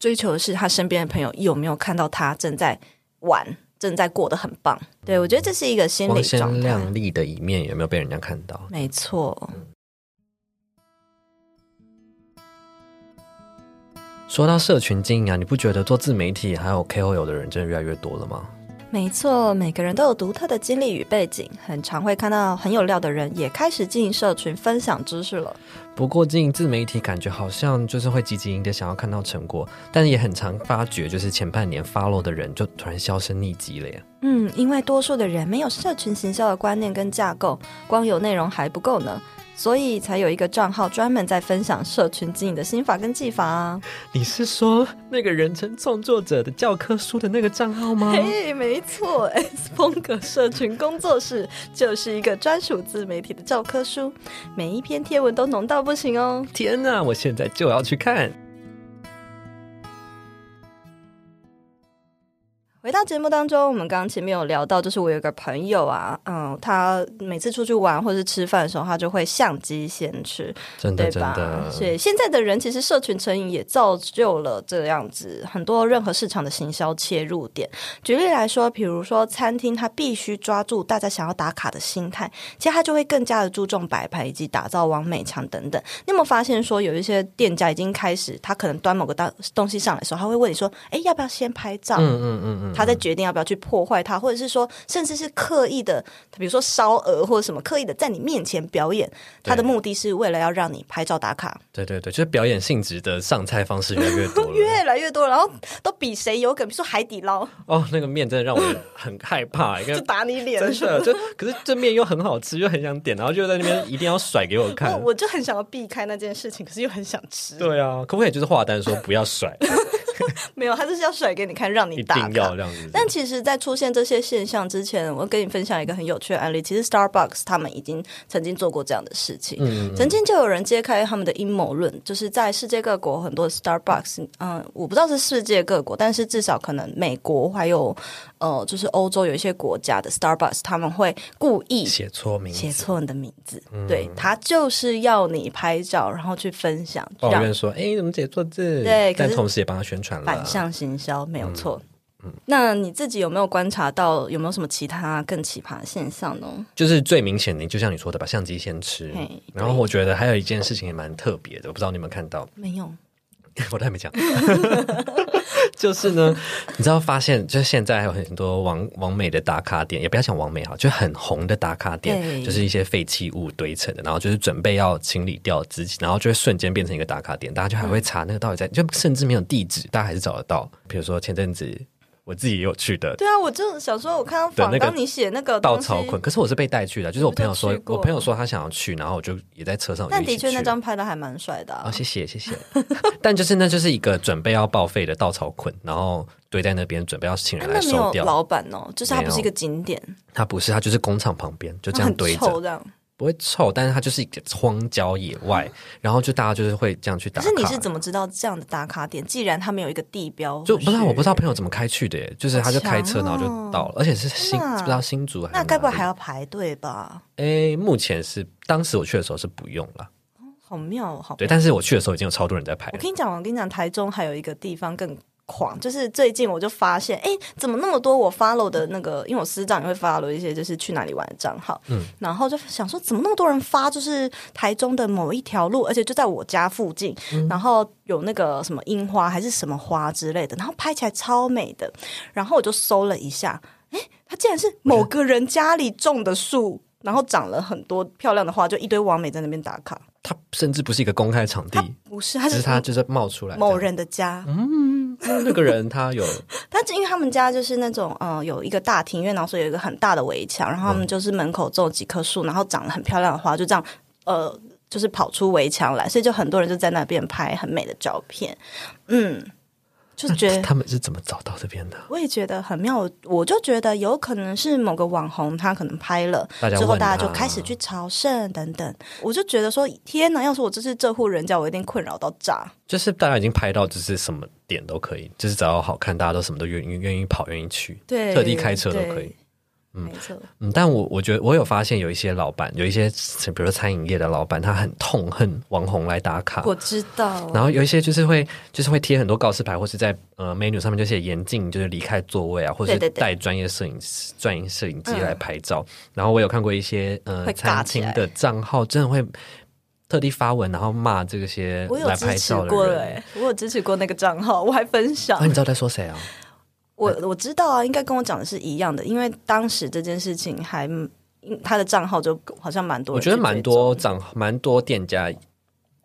S1: 追求的是他身边的朋友有没有看到他正在玩，正在过得很棒。对我觉得这是一个心理
S2: 光
S1: 状
S2: 鲜
S1: 态，
S2: 亮丽的一面有没有被人家看到？
S1: 没错。
S2: 说到社群经营啊，你不觉得做自媒体还有 KOL 的人真的越来越多了吗？
S1: 没错，每个人都有独特的经历与背景，很常会看到很有料的人也开始经营社群分享知识了。
S2: 不过经营自媒体感觉好像就是会积极一点，想要看到成果，但是也很常发觉，就是前半年 follow 的人就突然销声匿迹了耶。
S1: 嗯，因为多数的人没有社群行销的观念跟架构，光有内容还不够呢，所以才有一个账号专门在分享社群经营的心法跟技法啊。
S2: 你是说那个人称创作者的教科书的那个账号吗？
S1: 嘿，没错，S 风格社群工作室就是一个专属自媒体的教科书，每一篇贴文都浓到不行哦。
S2: 天哪，我现在就要去看。
S1: 回到节目当中，我们刚刚前面有聊到，就是我有一个朋友啊，嗯，他每次出去玩或是吃饭的时候，他就会相机先吃，
S2: 真的
S1: 对
S2: 真
S1: 吧？
S2: 的，
S1: 所以现在的人其实社群成瘾也造就了这样子很多任何市场的行销切入点。举例来说，比如说餐厅，它必须抓住大家想要打卡的心态，其实它就会更加的注重摆盘以及打造完美墙等等。你有没有发现说，有一些店家已经开始，他可能端某个大东西上来的时候，他会问你说：“哎，要不要先拍照？”
S2: 嗯嗯嗯嗯，
S1: 他在决定要不要去破坏它，或者是说，甚至是刻意的，比如说烧鹅或者什么，刻意的在你面前表演，他的
S2: 对
S1: 目的是为了要让你拍照打卡，
S2: 对对对，就是表演性质的上菜方式越来越多
S1: <laughs>
S2: 了。
S1: 越来越多，然后都比谁有梗，比如说海底捞
S2: 哦，那个面真的让我很害怕，因为
S1: 就打你脸，
S2: 真的，就可是这面又很好吃，又很想点，然后就在那边一定要甩给我
S1: <laughs> 我
S2: 看。
S1: 我就很想要避开那件事情，可是又很想吃。 <laughs>
S2: 对啊，可不可以就是画单说不要甩？
S1: 没有，他就是要甩给你看，让你
S2: 一
S1: 打卡。
S2: 定要这样子。
S1: 但其实，在出现这些现象之前，我跟你分享一个很有趣的案例。其实，Starbucks 他们已经曾经做过这样的事情。
S2: 嗯
S1: 曾经就有人揭开他们的阴谋论，就是在世界各国很多 Starbucks，嗯、我不知道是世界各国，但是至少可能美国还有呃，就是欧洲有一些国家的 Starbucks，他们会故意
S2: 写错名字，嗯
S1: 写错你的名字，对他就是要你拍照，然后去分享，
S2: 抱
S1: 让
S2: 怨说：“哎、你怎么写错字？”
S1: 对可
S2: 但
S1: 是
S2: 同时也帮他宣传了啊、嗯
S1: 反向行销没有错。那你自己有没有观察到有没有什么其他更奇葩的现象呢？
S2: 就是最明显的，就像你说的，把相机先吃
S1: 嘿。
S2: 然后我觉得还有一件事情也蛮特别的，我不知道你有没有看到，
S1: 没有，
S2: <laughs> 我都还没讲。就是呢，你知道发现，就是现在还有很多网网美的打卡点，也不要讲网美哈，就很红的打卡
S1: 对
S2: 点，就是一些废弃物堆成的，然后就是准备要清理掉自己，然后就会瞬间变成一个打卡点，大家就还会查那个到底在，就甚至没有地址，大家还是找得到。比如说前阵子我自己也有去的
S1: 对啊，我就想说，我看到
S2: 的
S1: 仿
S2: 那个
S1: 刚你写那个
S2: 稻
S1: 东西
S2: 草捆，可是我是被带去的，就是我朋友
S1: 你
S2: 说
S1: 不就去，过
S2: 我朋友说他想要去，然后我就也在车上。
S1: 但
S2: 我就一
S1: 的
S2: 起
S1: 确
S2: 去
S1: 那张拍的还蛮帅的、
S2: 啊、
S1: 啊。
S2: 谢谢谢 <laughs> 谢，但就是那就是一个准备要报废的稻草捆，然后堆在那边，准备要请
S1: 啊
S2: 人
S1: 那
S2: 来
S1: 没
S2: 收
S1: 有
S2: 掉。
S1: 老板哦，就是它不是一个景点，
S2: 它不是，它就是工厂旁边就
S1: 那
S2: 这样
S1: 很
S2: 堆
S1: 臭
S2: 着，
S1: 这样。
S2: 不会臭，但是它就是一个荒郊野外，然后就大家就是会这样去打
S1: 嗯可
S2: 卡。
S1: 是你是怎么知道这样的打卡点？既然它没有一个地标，
S2: 就不知道，
S1: 是
S2: 我不知道。朋友怎么开去的耶，就是他就开车，
S1: 好强
S2: 然
S1: 哦
S2: 后就到了，而且是新，
S1: 天哪
S2: 不知道新竹还是
S1: 那该不会
S2: 哪里
S1: 还要排队吧？
S2: 哎？目前是当时我去的时候是不用了，
S1: 好妙，好
S2: 对，但是我去的时候已经有超多人在排
S1: 我
S2: 了。
S1: 跟你讲，我跟你讲，台中还有一个地方更狂，就是最近我就发现，哎，怎么那么多我 follow 的那个，因为我师长也会 follow 一些就是去哪里玩的账号，
S2: 嗯
S1: 然后就想说，怎么那么多人发就是台中的某一条路，而且就在我家附近，
S2: 嗯
S1: 然后有那个什么樱花还是什么花之类的，然后拍起来超美的，然后我就搜了一下，哎，它竟然是某个人家里种的树。然后长了很多漂亮的花，就一堆网美在那边打卡。
S2: 它甚至不是一个公开场地，
S1: 不是，它
S2: 只
S1: 是
S2: 是它就是冒出来。
S1: 某人的家。
S2: 这样那个人他有
S1: 但是因为他们家就是那种呃有一个大庭院，然后所以有一个很大的围墙，然后
S2: 嗯
S1: 他们就是门口种几棵树，然后长得很漂亮的花，就这样呃就是跑出围墙来，所以就很多人就在那边拍很美的照片，嗯，就觉得。
S2: <laughs> 他们是怎么找到这边的？
S1: 我也觉得很妙，我我就觉得有可能是某个网红他可能拍了
S2: 大家
S1: 之后，
S2: 问啊
S1: 大家
S2: 他
S1: 就开始去朝圣等等。我就觉得说，天哪！要是我这是这户人家，我一定困扰到炸。
S2: 就是大家已经拍到，就是什么点都可以，就是只要好看，大家都什么都愿意愿意跑，愿意去，
S1: 对
S2: 特地开车都可以
S1: 对。没错，
S2: 嗯，但我我觉得我有发现有一些老板，有一些比如说餐饮业的老板，他很痛恨网红来打卡。
S1: 我知道。
S2: 然后有一些就是会，就是会贴很多告示牌，或是在呃 menu 上面就写严禁，就是离开座位啊，或是
S1: 对对对
S2: 带专业摄影师、专业摄影机来拍照。然后我有看过一些呃
S1: 会尬
S2: 餐
S1: 起
S2: 厅
S1: 来
S2: 的账号，真的会特地发文，然后骂这些
S1: 我有
S2: 来
S1: 支
S2: 拍
S1: 持
S2: 照
S1: 过
S2: 的
S1: 哎、
S2: 人。
S1: 我有支持过那个账号，我还分享
S2: 啊，。你知道在说谁啊？
S1: 我我知道啊，应该跟我讲的是一样的，因为当时这件事情还嗯他的账号就好像蛮多
S2: 我
S1: 人去追
S2: 觉得
S1: 踪，
S2: 蛮多长蛮多店家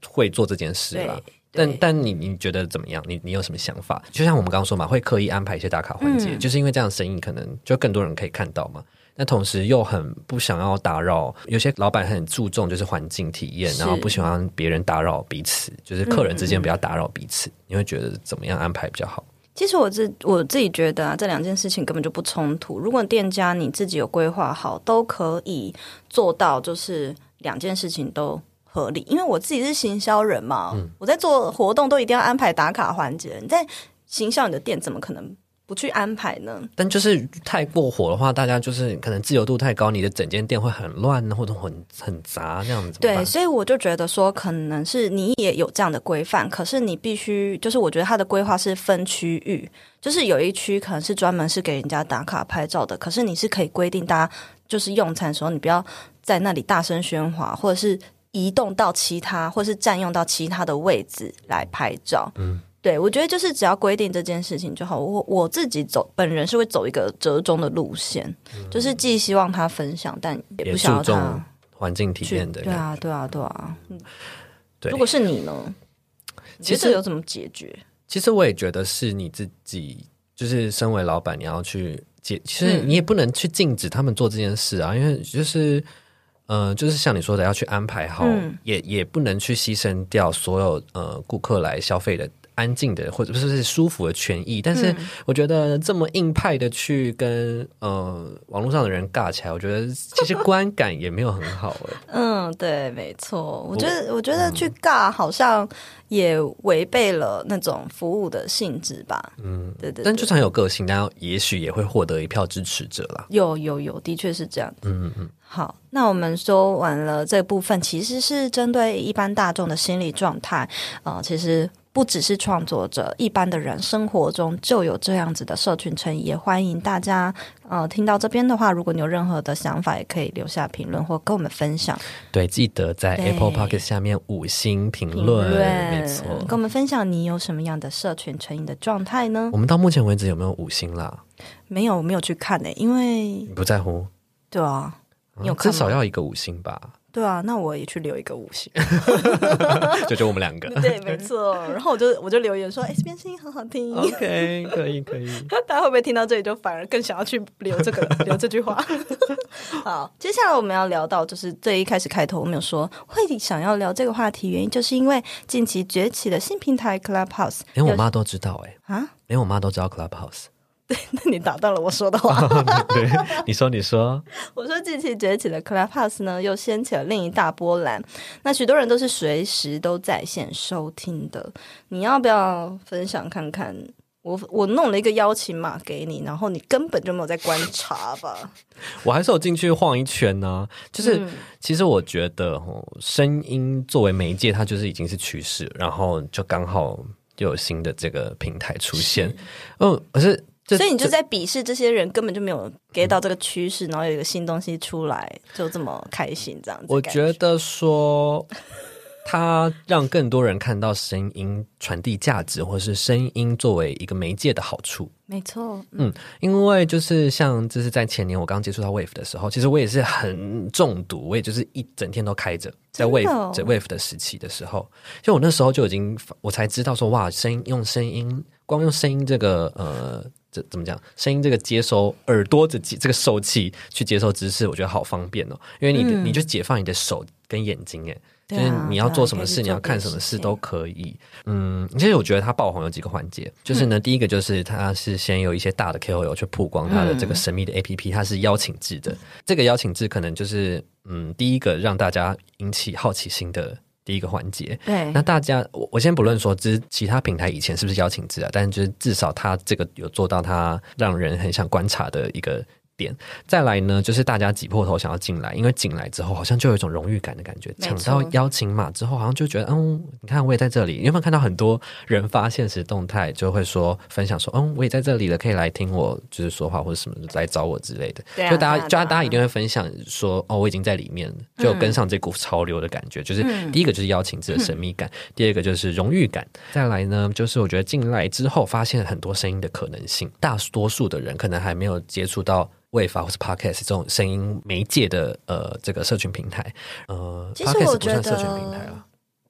S2: 会做这件事
S1: 对
S2: 啦。。
S1: 对
S2: 但但你你觉得怎么样？你你有什么想法？就像我们刚刚说嘛，会刻意安排一些打卡环节，
S1: 嗯
S2: 就是因为这样生意可能就更多人可以看到嘛。那同时又很不想要打扰，有些老板很注重就是环境体验，
S1: 是嗯
S2: 然后不喜欢别人打扰彼此，就是客人之间不要打扰彼此。你会觉得怎么样安排比较好？
S1: 其实我自我自己觉得啊，这两件事情根本就不冲突。如果店家你自己有规划好，都可以做到，就是两件事情都合理。因为我自己是行销人嘛，
S2: 嗯
S1: 我在做活动都一定要安排打卡环节。你在行销你的店，怎么可能不去安排呢？
S2: 但就是太过火的话，大家就是可能自由度太高，你的整间店会很乱或者很很杂那样子。怎么
S1: 对，
S2: 办
S1: 所以我就觉得说，可能是你也有这样的规范，可是你必须，就是我觉得它的规划是分区域，就是有一区可能是专门是给人家打卡拍照的，可是你是可以规定大家就是用餐的时候，你不要在那里大声喧哗，或者是移动到其他，或是占用到其他的位置来拍照。嗯。对，我觉得就是只要规定这件事情就好。我我自己走，本人是会走一个折中的路线，就是既希望他分享，但也
S2: 嗯也
S1: 不想
S2: 注
S1: 要他
S2: 重环境体
S1: 去
S2: 验的
S1: 对
S2: 感觉。
S1: 啊，对啊，对啊。嗯
S2: 对
S1: 如果是你呢？你觉
S2: 其
S1: 得
S2: 实
S1: 这有怎么解决？
S2: 其实我也觉得是你自己，就是身为老板，你要去解，其实
S1: 嗯
S2: 你也不能去禁止他们做这件事啊，因为就是。呃，就是像你说的，要去安排好，
S1: 嗯
S2: 也也不能去牺牲掉所有呃顾客来消费的安静的，或者不是舒服的权益。但
S1: 嗯
S2: 是我觉得这么硬派的去跟呃网络上的人尬起来，我觉得其实观感也没有很好
S1: <laughs>
S2: 哎、
S1: 嗯，对，没错。我觉得，我觉
S2: 嗯
S1: 得去尬好像也违背了那种服务的性质吧。嗯，对对对
S2: 但就是很有个性，然后也许也会获得一票支持者啦。
S1: 有有有，的确是这样。嗯嗯嗯。好，那我们说完了这部分，其实是针对一般大众的心理状态啊、呃其实。不只是创作者，一般的人生活中就有这样子的社群成瘾，也欢迎大家呃听到这边的话，如果你有任何的想法，也可以留下评论或跟我们分享。
S2: 对，记得在
S1: 对
S2: Apple p o c k e t 下面五星评论，没错。
S1: 跟我们分享你有什么样的社群成瘾的状态呢
S2: 我？们到目前为止有没有五星啦？
S1: 没有，我没有去看呢、因为
S2: 你不在乎？
S1: 对啊，你有
S2: 嗯
S1: 看
S2: 至
S1: 吗
S2: 少要一个五星吧？
S1: <laughs> 对啊，那我也去留一个五星。
S2: 就就我们两个。
S1: 对，哦没错。然后我就我就留言说，哎、这边声音很好听。
S2: OK，可以可以。
S1: <laughs> 大家会不会听到这里就反而更想要去留这个留这句话？ <laughs> 好， <laughs> 接下来我们要聊到就是最一开始开头我们有说会想要聊这个话题，原因就是因为近期崛起的新平台 Clubhouse
S2: 连我妈都知道哎、
S1: 啊， <laughs>
S2: 连我妈都知道 Clubhouse。 <laughs>
S1: 那你打断了我说的话。
S2: 对，你说你说，
S1: 我说近期崛起的 Clubhouse 呢，又掀起了另一大波澜。那许多人都是随时都在线收听的，你要不要分享看看？我我弄了一个邀请码给你，然后你根本就没有在观察吧？
S2: 我还是有进去晃一圈呢、就是、
S1: 嗯
S2: 其实我觉得哦，声音作为媒介，它就是已经是趋势，然后就刚好又有新的这个平台出现。嗯，可是这
S1: 所以你就在鄙视这些人根本就没有 get 到这个趋势，然后有一个新东西出来，就这么开心这样子的
S2: 我
S1: 感。
S2: 觉得说，它让更多人看到声音传递价值，或是声音作为一个媒介的好处。
S1: 没错，
S2: 嗯，因为就是像这是在前年我刚接触到 Wave 的时候，其实我也是很中毒，我也就是一整天都开着，在
S1: 真的
S2: Wave、
S1: 哦
S2: 在 Wave 的时期的时候，就我那时候就已经我才知道说哇，声音用声音光用声音这个呃。这怎么讲？声音这个接收耳朵这这个受器去接收知识，我觉得好方便哦，因为你的、
S1: 嗯
S2: 你就解放你的手跟眼睛，哎，就
S1: 对
S2: 是
S1: 啊
S2: 你要
S1: 对啊
S2: 做什
S1: 可
S2: 么
S1: 以去
S2: 事，你
S1: 做
S2: 要
S1: 别
S2: 看
S1: 的
S2: 什么
S1: 事
S2: 事
S1: 情
S2: 都可以。嗯，其实我觉得它爆红有几个环节，就是呢，第一个就是它是先有一些大的 KOL 去曝光它的这个神秘的 APP，它是邀请制的。这个邀请制可能就是嗯，第一个让大家引起好奇心的第一个环节。
S1: 对
S2: 那大家，我我先不论说，之其他平台以前是不是邀请制啊，但是就是至少它这个有做到它让人很想观察的一个点。再来呢，就是大家挤破头想要进来，因为进来之后好像就有一种荣誉感的感觉，
S1: 没
S2: 抢
S1: 错
S2: 到邀请码之后，好像就觉得嗯，你看我也在这里。你有没有看到很多人发现实动态，就会说分享说，嗯，我也在这里了，可以来听我就是说话或者什么来找我之类的。
S1: 对啊
S2: 就大
S1: 对啊
S2: 家，就
S1: 对啊
S2: 大家一定会分享说，哦，我已经在里面了，就
S1: 嗯
S2: 跟上这股潮流的感觉。就是第一个就是邀请制的神秘感，第二个就是荣誉感。再来呢，就是我觉得进来之后发现很多声音的可能性。大多数的人可能还没有接触到。w a 法或是 podcast 这种声音媒介的呃这个社群平台，呃
S1: 其实
S2: ，podcast
S1: 我
S2: 不
S1: 觉得
S2: 算社群平台了，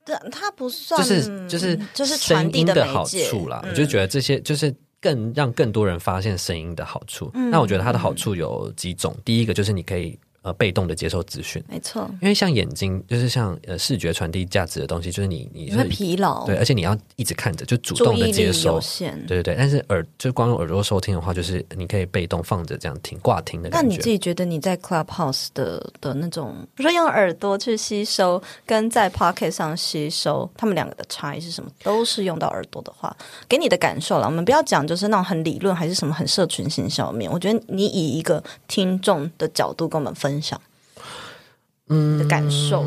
S1: 对，它不算，
S2: 就是就是
S1: 嗯就是传
S2: 声
S1: 递
S2: 音的
S1: 媒
S2: 好
S1: 介
S2: 处啦。
S1: 嗯
S2: 我就觉得这些就是更让更多人发现声音的好处。
S1: 嗯
S2: 那我觉得它的好处有几种，第一个就是你可以呃被动的接受资讯，
S1: 没错，
S2: 因为像眼睛就是像呃视觉传递价值的东西，就是你你
S1: 你
S2: 是
S1: 会疲劳，
S2: 对，而且你要一直看着，就主
S1: 注
S2: 动的
S1: 意
S2: 接
S1: 力
S2: 收
S1: 有。限。
S2: 对对对，但是耳就光用耳朵收听的话，就是你可以被动放着这样听挂听的
S1: 那
S2: 感
S1: 你
S2: 觉
S1: 自。己觉得你在 Clubhouse 的的那种，比如说用耳朵去吸收，跟在 Pocket 上吸收，他们两个的差异是什么？都是用到耳朵的话，给你的感受了。我们不要讲就是那种很理论，还是什么很社群型小面。我觉得你以一个听众的角度跟我们分享，嗯的感受，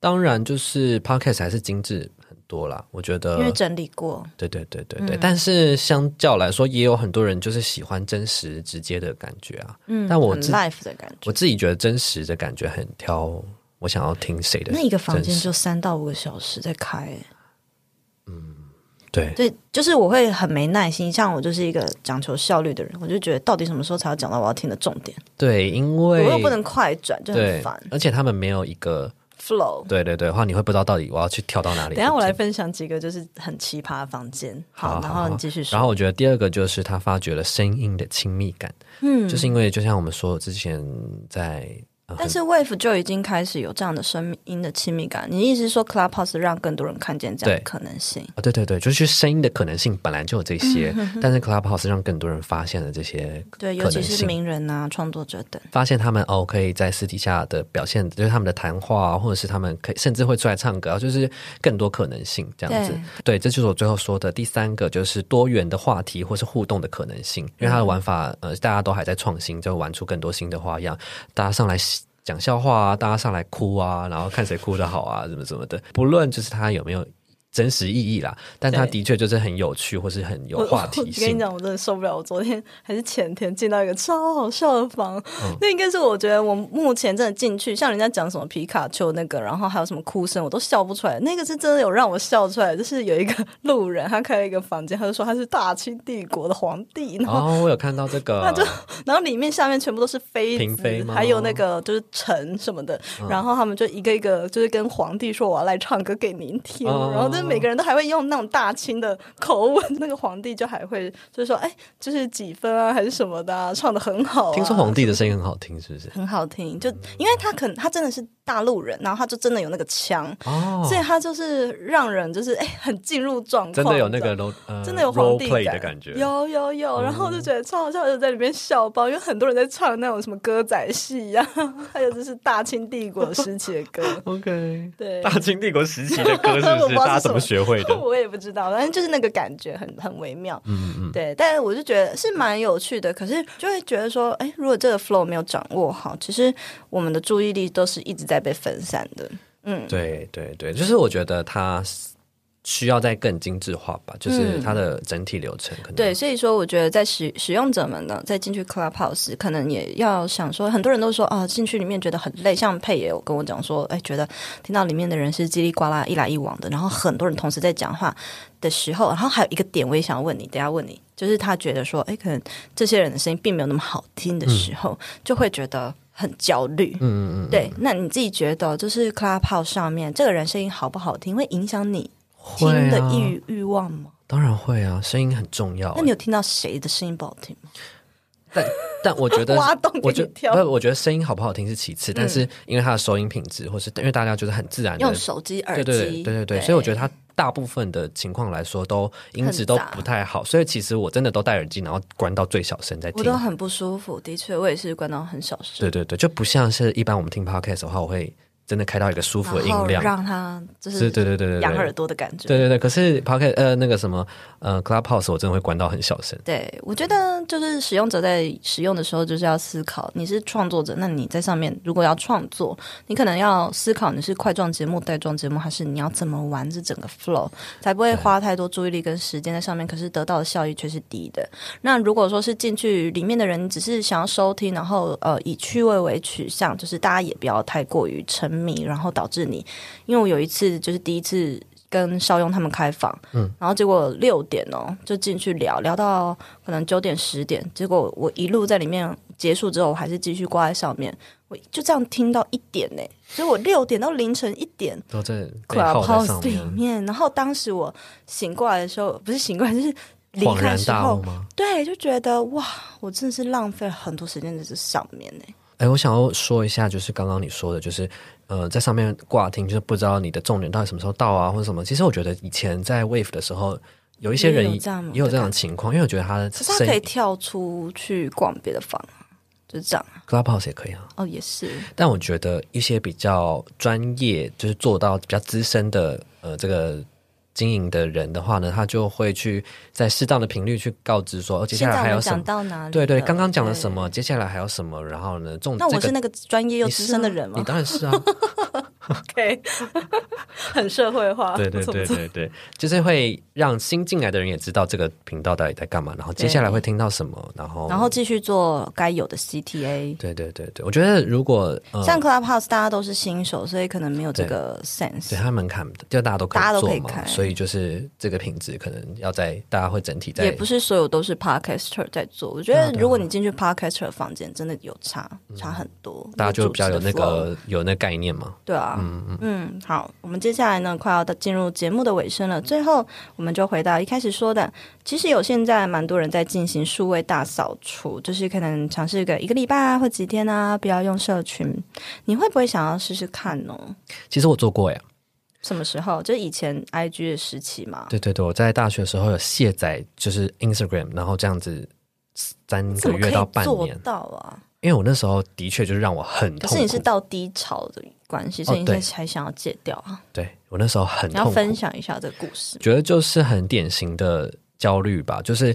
S2: 当然，就是 podcast 还是精致很多啦，我觉得
S1: 因为整理过，
S2: 对对对对
S1: 嗯
S2: 对，但是相较来说，也有很多人就是喜欢真实直接的感觉啊。
S1: 嗯，
S2: 但我
S1: 很
S2: 自
S1: life 的感觉
S2: 我。自己觉得真实的感觉很挑，我想要听谁的
S1: 那一个房间
S2: 真实
S1: 就三到五个小时在开、欸
S2: 对
S1: 对，就是我会很没耐心，像我就是一个讲求效率的人，我就觉得到底什么时候才要讲到我要听的重点，
S2: 对，因
S1: 我
S2: 为
S1: 又不能快转，就很
S2: 对
S1: 烦，
S2: 而且他们没有一个
S1: flow。
S2: 对对对的话，你会不知道到底我要去跳到哪里。
S1: 等一下我来分享几个就是很奇葩的房间，
S2: 好。好，
S1: 然后
S2: 好
S1: 你继续说，
S2: 然后我觉得第二个就是他发掘了声音的亲密感，
S1: 嗯
S2: 就是因为就像我们说之前在呃
S1: 但是 Wave 就已经开始有这样的声音的亲密感。你意思是说 Clubhouse 让更多人看见这样的
S2: 对
S1: 可能性？
S2: 啊，对对对，就是声音的可能性本来就有这些，
S1: 嗯
S2: 但是 Clubhouse 让更多人发现了这些，
S1: 对，
S2: 可
S1: 尤
S2: 能
S1: 其是
S2: 性
S1: 名人啊、创作者等。
S2: 发现他们哦可以在私底下的表现，就是他们的谈话、啊，或者是他们可以甚至会出来唱歌啊，就是更多可能性这样子。对，这就是我最后说的第三个，就是多元的话题或是互动的可能性，因为它的玩法
S1: 嗯
S2: 呃大家都还在创新，就玩出更多新的花样，大家上来。讲笑话啊，大家上来哭啊，然后看谁哭得好啊，怎么怎么的，不论就是它有没有真实意义啦，但它
S1: 对
S2: 的确就是很有趣，或是很有
S1: 我
S2: 话
S1: 我
S2: 题
S1: 跟
S2: 性
S1: 你。讲，我真的受不了。我昨天还是前天进到一个超好笑的房，
S2: 嗯
S1: <laughs> 那应该是我觉得我目前真的进去，像人家讲什么皮卡丘那个，然后还有什么哭声，我都笑不出来。那个是真的有让我笑出来，就是有一个路人，他开了一个房间，他就说他是大清帝国的皇帝，然后、
S2: 哦，我有看到这个，
S1: <laughs> 那就然后里面下面全部都是妃
S2: 嫔
S1: 子，
S2: 妃吗嗯
S1: 还有那个就是臣什么的，然后他们就一个一个就是跟皇帝说我要来唱歌给您听，
S2: 哦
S1: 然后就是每个人都还会用那种大清的口吻，那个皇帝就还会就是说哎，就是几分啊还是什么的、啊，唱的很好、啊，
S2: 听说皇帝的声音很好听，是不是？
S1: 很好听，就因为他可能他真的是大陆人，然后他就真的有那个腔，
S2: 哦，
S1: 所以他就是让人就是哎很进入状况，
S2: 真的有那
S1: 你知道吗
S2: 个 role，、呃、
S1: 真的有
S2: role
S1: 皇帝
S2: play 的感觉。嗯
S1: 有有有，然后我就觉得超好笑，我就在里面笑爆，因为很多人在唱那种什么歌仔戏呀、 <laughs> 还有就是大清帝国时期的歌，
S2: <laughs> OK，
S1: 对，
S2: 大清帝国时期的
S1: <laughs>
S2: 歌
S1: 我
S2: 是
S1: 不知
S2: 不是？
S1: 道
S2: 大家
S1: 是
S2: 怎么
S1: 什
S2: 学会
S1: <laughs>
S2: 的？
S1: 我也不知道，反正就是那个感觉很很微妙，
S2: 嗯嗯，
S1: 对，但我就觉得是蛮有趣的，可是就会觉得说，哎，如果这个 flow 没有掌握好，其实我们的注意力都是一直在被分散的，嗯，
S2: 对对对，就是我觉得它需要再更精致化吧，就是它的整体流程可能
S1: 嗯对，所以说我觉得在使使用者们呢，在进去 Clubhouse 可能也要想说，很多人都说啊，进去里面觉得很累，像佩也有跟我讲说，哎，觉得听到里面的人是叽里呱啦一来一往的，然后很多人同时在讲话的时候，然后还有一个点我也想问你，等一下问你，就是他觉得说，哎，可能这些人的声音并没有那么好听的时候，就会觉得很焦虑，
S2: 嗯嗯嗯嗯，
S1: 对，那你自己觉得，就是 Clubhouse 上面这个人声音好不好听，会影响你听
S2: 会
S1: 的
S2: 啊，
S1: 欲欲望吗？
S2: 当然会啊，声音很重要
S1: 那。你有听到谁的声音不好听吗？
S2: 但但我觉得
S1: 挖洞给
S2: 我觉
S1: 你跳嗯
S2: 不是，我觉得声音好不好听是其次，但是因为它的收音品质，或是因为大家就是很自然的
S1: 用手机耳
S2: 对
S1: 机，
S2: 对对对对对，所以我觉得它大部分的情况来说都音质都不太好，所以其实我真的都戴耳机，然后关到最小声在
S1: 我
S2: 听
S1: 都。很不舒服。的确，我也是关到很小声，
S2: 对对对，就不像是一般我们听 podcast 的话，我会真的开到一个舒服的
S1: 然后
S2: 音量，
S1: 让它就是是
S2: 对对对对
S1: 养耳
S2: 对。
S1: 朵的感觉。
S2: 对对对，可是 Pocket 呃那个什么呃 Clubhouse 我真的会关到很小声，
S1: 对我觉得就是使用者在使用的时候，就是要思考，你是创作者，那你在上面如果要创作，你可能要思考你是块状节目、带状节目，还是你要怎么玩这整个 flow，才不会花太多注意力跟时间在上面，可是得到的效益却是低的。那如果说是进去里面的人，你只是想要收听，然后呃以趣味为取向，就是大家也不要太过于沉迷，然后导致你，因为我有一次就是第一次。跟邵雍他们开房，嗯，然后结果六点哦就进去聊，聊到可能九点十点，结果我一路在里面结束之后，我还是继续挂在上面，我就这样听到一点呢，所以我六点到凌晨一点
S2: 都在被耗在
S1: Clubhouse
S2: 上
S1: 里
S2: 面，
S1: 面，然后当时我醒过来的时候，不是醒过来，就是离
S2: 恍
S1: 开
S2: 然
S1: 的时
S2: 大
S1: 候
S2: 悟，吗？
S1: 对，就觉得哇，我真的是浪费了很多时间在这上面呢。
S2: 哎，我想要说一下，就是刚刚你说的，就是呃，在上面挂听，就是不知道你的重点到底什么时候到啊，或者什么。其实我觉得以前在 Wave 的时候，有一些人
S1: 也有这样吗
S2: 也有这样的情况，因为我觉得他的
S1: 可是他可
S2: 声
S1: 以
S2: 音
S1: 跳出去逛别的房啊，就是这样啊。
S2: Clubhouse 也可以啊，
S1: 哦，也是，
S2: 但我觉得一些比较专业，就是做到比较资深的呃这个经营的人的话呢，他就会去在适当的频率去告知说，哦，接
S1: 现
S2: 下来
S1: 在我
S2: 还有
S1: 们
S2: 什
S1: 讲
S2: 么。
S1: 到哪里了？
S2: 对对，刚刚讲了什
S1: 对？
S2: 么？接下来还有什么？然后呢，重
S1: 那我
S2: 哦这
S1: 是
S2: 个
S1: 那个专业又
S2: 你
S1: 资
S2: 是
S1: 深的
S2: 啊
S1: 人吗
S2: 你当然是啊，
S1: <laughs> ？OK，很社会化，
S2: 对对
S1: 我怎
S2: 对
S1: 么知道
S2: 对对，就是会让新进来的人也知道这个频道到底在干嘛，然后接下来会听到什么，然后
S1: 然后继续做该有的 CTA。
S2: 对对对对，我觉得如果呃，
S1: 像 Clubhouse 大家都是新手，所以可能没有这
S2: 对
S1: 个 sense。
S2: 对它门槛就大家都可
S1: 大家都
S2: 以
S1: 可
S2: 做
S1: 以
S2: 嘛，
S1: 开
S2: 所以就是这个品质可能要在大家会整体在
S1: 也不是所有都是 podcaster 在做。我觉
S2: 对啊
S1: 得
S2: 对啊嗯
S1: 如果你进去 podcaster 的房间，真的有差差很多，
S2: 大家就比较有那
S1: 主持的 flow
S2: 个有那个概念嘛。
S1: 对啊。啊，嗯嗯，好，我们接下来呢，快要到进入节目的尾声了。最后，我们就回到一开始说的，其实有现在蛮多人在进行数位大扫除，就是可能尝试个一个礼拜啊，或几天啊，不要用社群。你会不会想要试试看呢？
S2: 其实我做
S1: 哦
S2: 过耶，
S1: 什么时候？就是以前 IG 的时期嘛。
S2: 对对对，我在大学的时候有卸载，就是 Instagram，然后这样子三
S1: 怎么
S2: 个
S1: 可
S2: 月
S1: 以
S2: 到半
S1: 做
S2: 年，
S1: 到啊？
S2: 因为我那时候的确就是让我很
S1: 可
S2: 痛
S1: 是
S2: 苦。
S1: 你是到低潮的关系，所以你
S2: 哦对
S1: 现在才想要戒掉啊？
S2: 对我那时候很
S1: 你要
S2: 痛苦，
S1: 分享一下这个故事。
S2: 觉得就是很典型的焦虑吧，就是。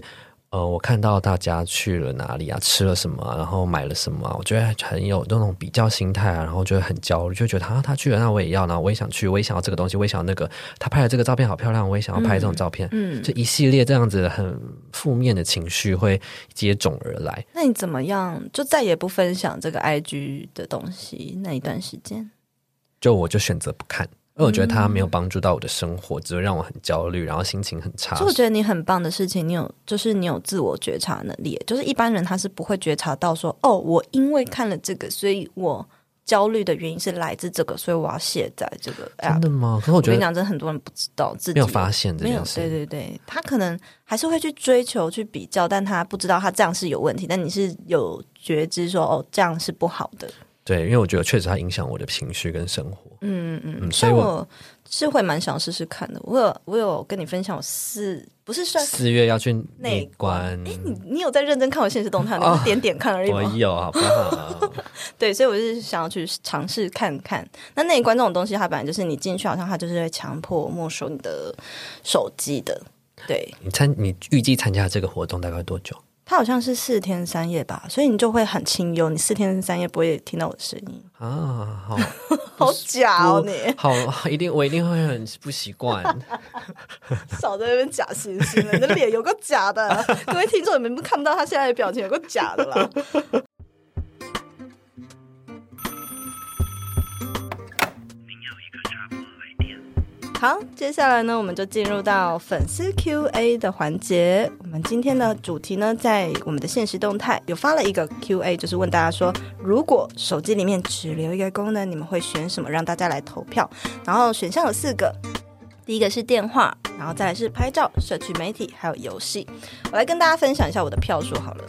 S2: 呃，我看到大家去了哪里啊，吃了什么啊、然后买了什么啊、我觉得很有那种比较心态啊，然后就会很焦虑，就觉得啊，他去了，那我也要，然后我也想去，我也想要这个东西，我也想要那个，他拍的这个照片好漂亮，我也想要拍这种照片，
S1: 嗯，
S2: 就一系列这样子很负面的情绪会接踵而来。
S1: 那你怎么样？就再也不分享这个 IG 的东西那一段时间？
S2: 就我就选择不看，因为我觉得它没有帮助到我的生活，只会让我很焦虑，然后心情很差
S1: 所以。我觉得你很棒的事情，你有就是你有自我觉察能力，就是一般人他是不会觉察到说，哦，我因为看了这个，所以我焦虑的原因是来自这个，所以我要卸载这个 app。
S2: 嗯真的吗？可是我
S1: 我
S2: 觉
S1: 跟你
S2: 得
S1: 讲，真的很多人不知道自己
S2: 没有发现这
S1: 没有
S2: 件，事。
S1: 对对对，他可能还是会去追求、去比较，但他不知道他这样是有问题，但你是有觉知说哦，这样是不好的。
S2: 对，因为我觉得确实它影响我的情绪跟生活。
S1: 嗯嗯嗯，
S2: 嗯所以
S1: 像
S2: 我
S1: 我是会蛮想试试看的。我有我有跟你分享，我四不是算
S2: 四月要去
S1: 内
S2: 内观，
S1: 哎，你你有在认真看我现实动态，你不是点点看而已
S2: 啊我
S1: 吗？
S2: 有好不好？ <laughs>
S1: 对，所以我是想要去尝试看看。那那一关这种东西，它本来就是你进去，好像它就是会强迫没收你的手机的。对，
S2: 你参你预计参加这个活动大概多久？
S1: 它好像是四天三夜吧，所以你就会很清幽，你四天三夜不会听到我的声音，
S2: 啊，好，
S1: 好假哦
S2: 不
S1: 你！
S2: 好，一定我一定会很不习惯。
S1: <laughs> 少在那边假惺惺了，你的脸有个假 <laughs> 的。各位听众，你们看不到他现在的表情，有个假的啦。好，接下来呢，我们就进入到粉丝 Q&A 的环节。我们今天的主题呢，在我们的现实动态有发了一个 Q&A，就是问大家说，如果手机里面只留一个功能，你们会选什么？让大家来投票。然后选项有四个，第一个是电话，然后再来是拍照、社区媒体，还有游戏。我来跟大家分享一下我的票数好了。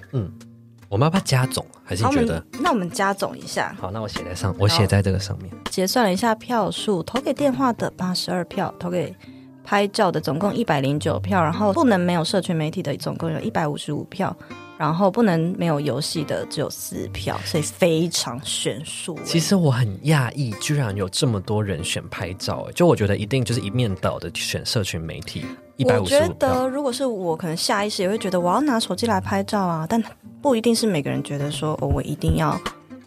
S2: 我们要不要加总？还是
S1: 好，
S2: 你
S1: 我
S2: 觉得
S1: 们？那我们加总一下，
S2: 好，那我写在上，我写在这个上面。
S1: 结算了一下票数，投给电话的八十二票，投给拍照的总共一百零九票，然后不能没有社群媒体的总共有一百五十五票。然后不能没有游戏的只有四票，所以非常悬殊。
S2: 其实我很讶异，居然有这么多人选拍照、欸，就我觉得一定就是一面倒的选社群媒体，一百
S1: 我
S2: 五十
S1: 觉
S2: 五票。
S1: 得，如果是我，可能下意识也会觉得我要拿手机来拍照啊，但不一定是每个人觉得说，哦，我一定要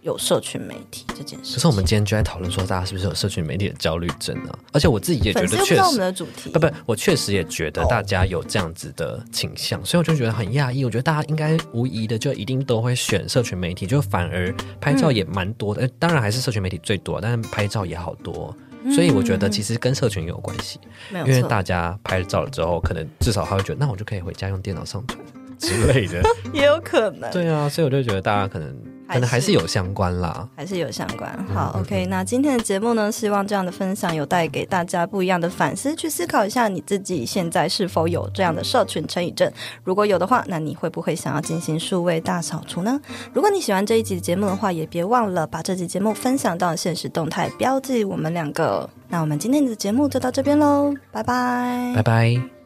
S1: 有社群媒体这件事情。
S2: 可是我们今天就在讨论说，大家是不是有社群媒体的焦虑症啊？而且我自己也觉
S1: 粉丝
S2: 得
S1: 又不知
S2: 确
S1: 道我们
S2: 实，
S1: 的主题，
S2: 不不，我确实也觉
S1: 哦
S2: 得大家有这样子的倾向，所以我就觉得很讶异。我觉得大家应该无疑的就一定都会选社群媒体，就反而拍照也蛮
S1: 嗯
S2: 多的。呃当然还是社群媒体最多，但是拍照也好多。所以我觉得其实跟社群也有关系。
S1: 嗯没
S2: 因为
S1: 有错，
S2: 大家拍了照了之后，可能至少他会觉得，那我就可以回家用电脑上传之
S1: <laughs>
S2: 类的。
S1: 也有可能，
S2: 对啊，所以我就觉得大家可能
S1: 还是
S2: 可能还是有相关啦。
S1: 还是有相关。
S2: 嗯
S1: 好、
S2: 嗯
S1: o k 那今天的节目呢，希望这样的分享有带给大家不一样的反思，去思考一下你自己现在是否有这样的社群成瘾症。如果有的话，那你会不会想要进行数位大扫除呢？如果你喜欢这一集节目的话，也别忘了把这集节目分享到现实动态，标记我们两个。那我们今天的节目就到这边喽，拜拜
S2: 拜拜。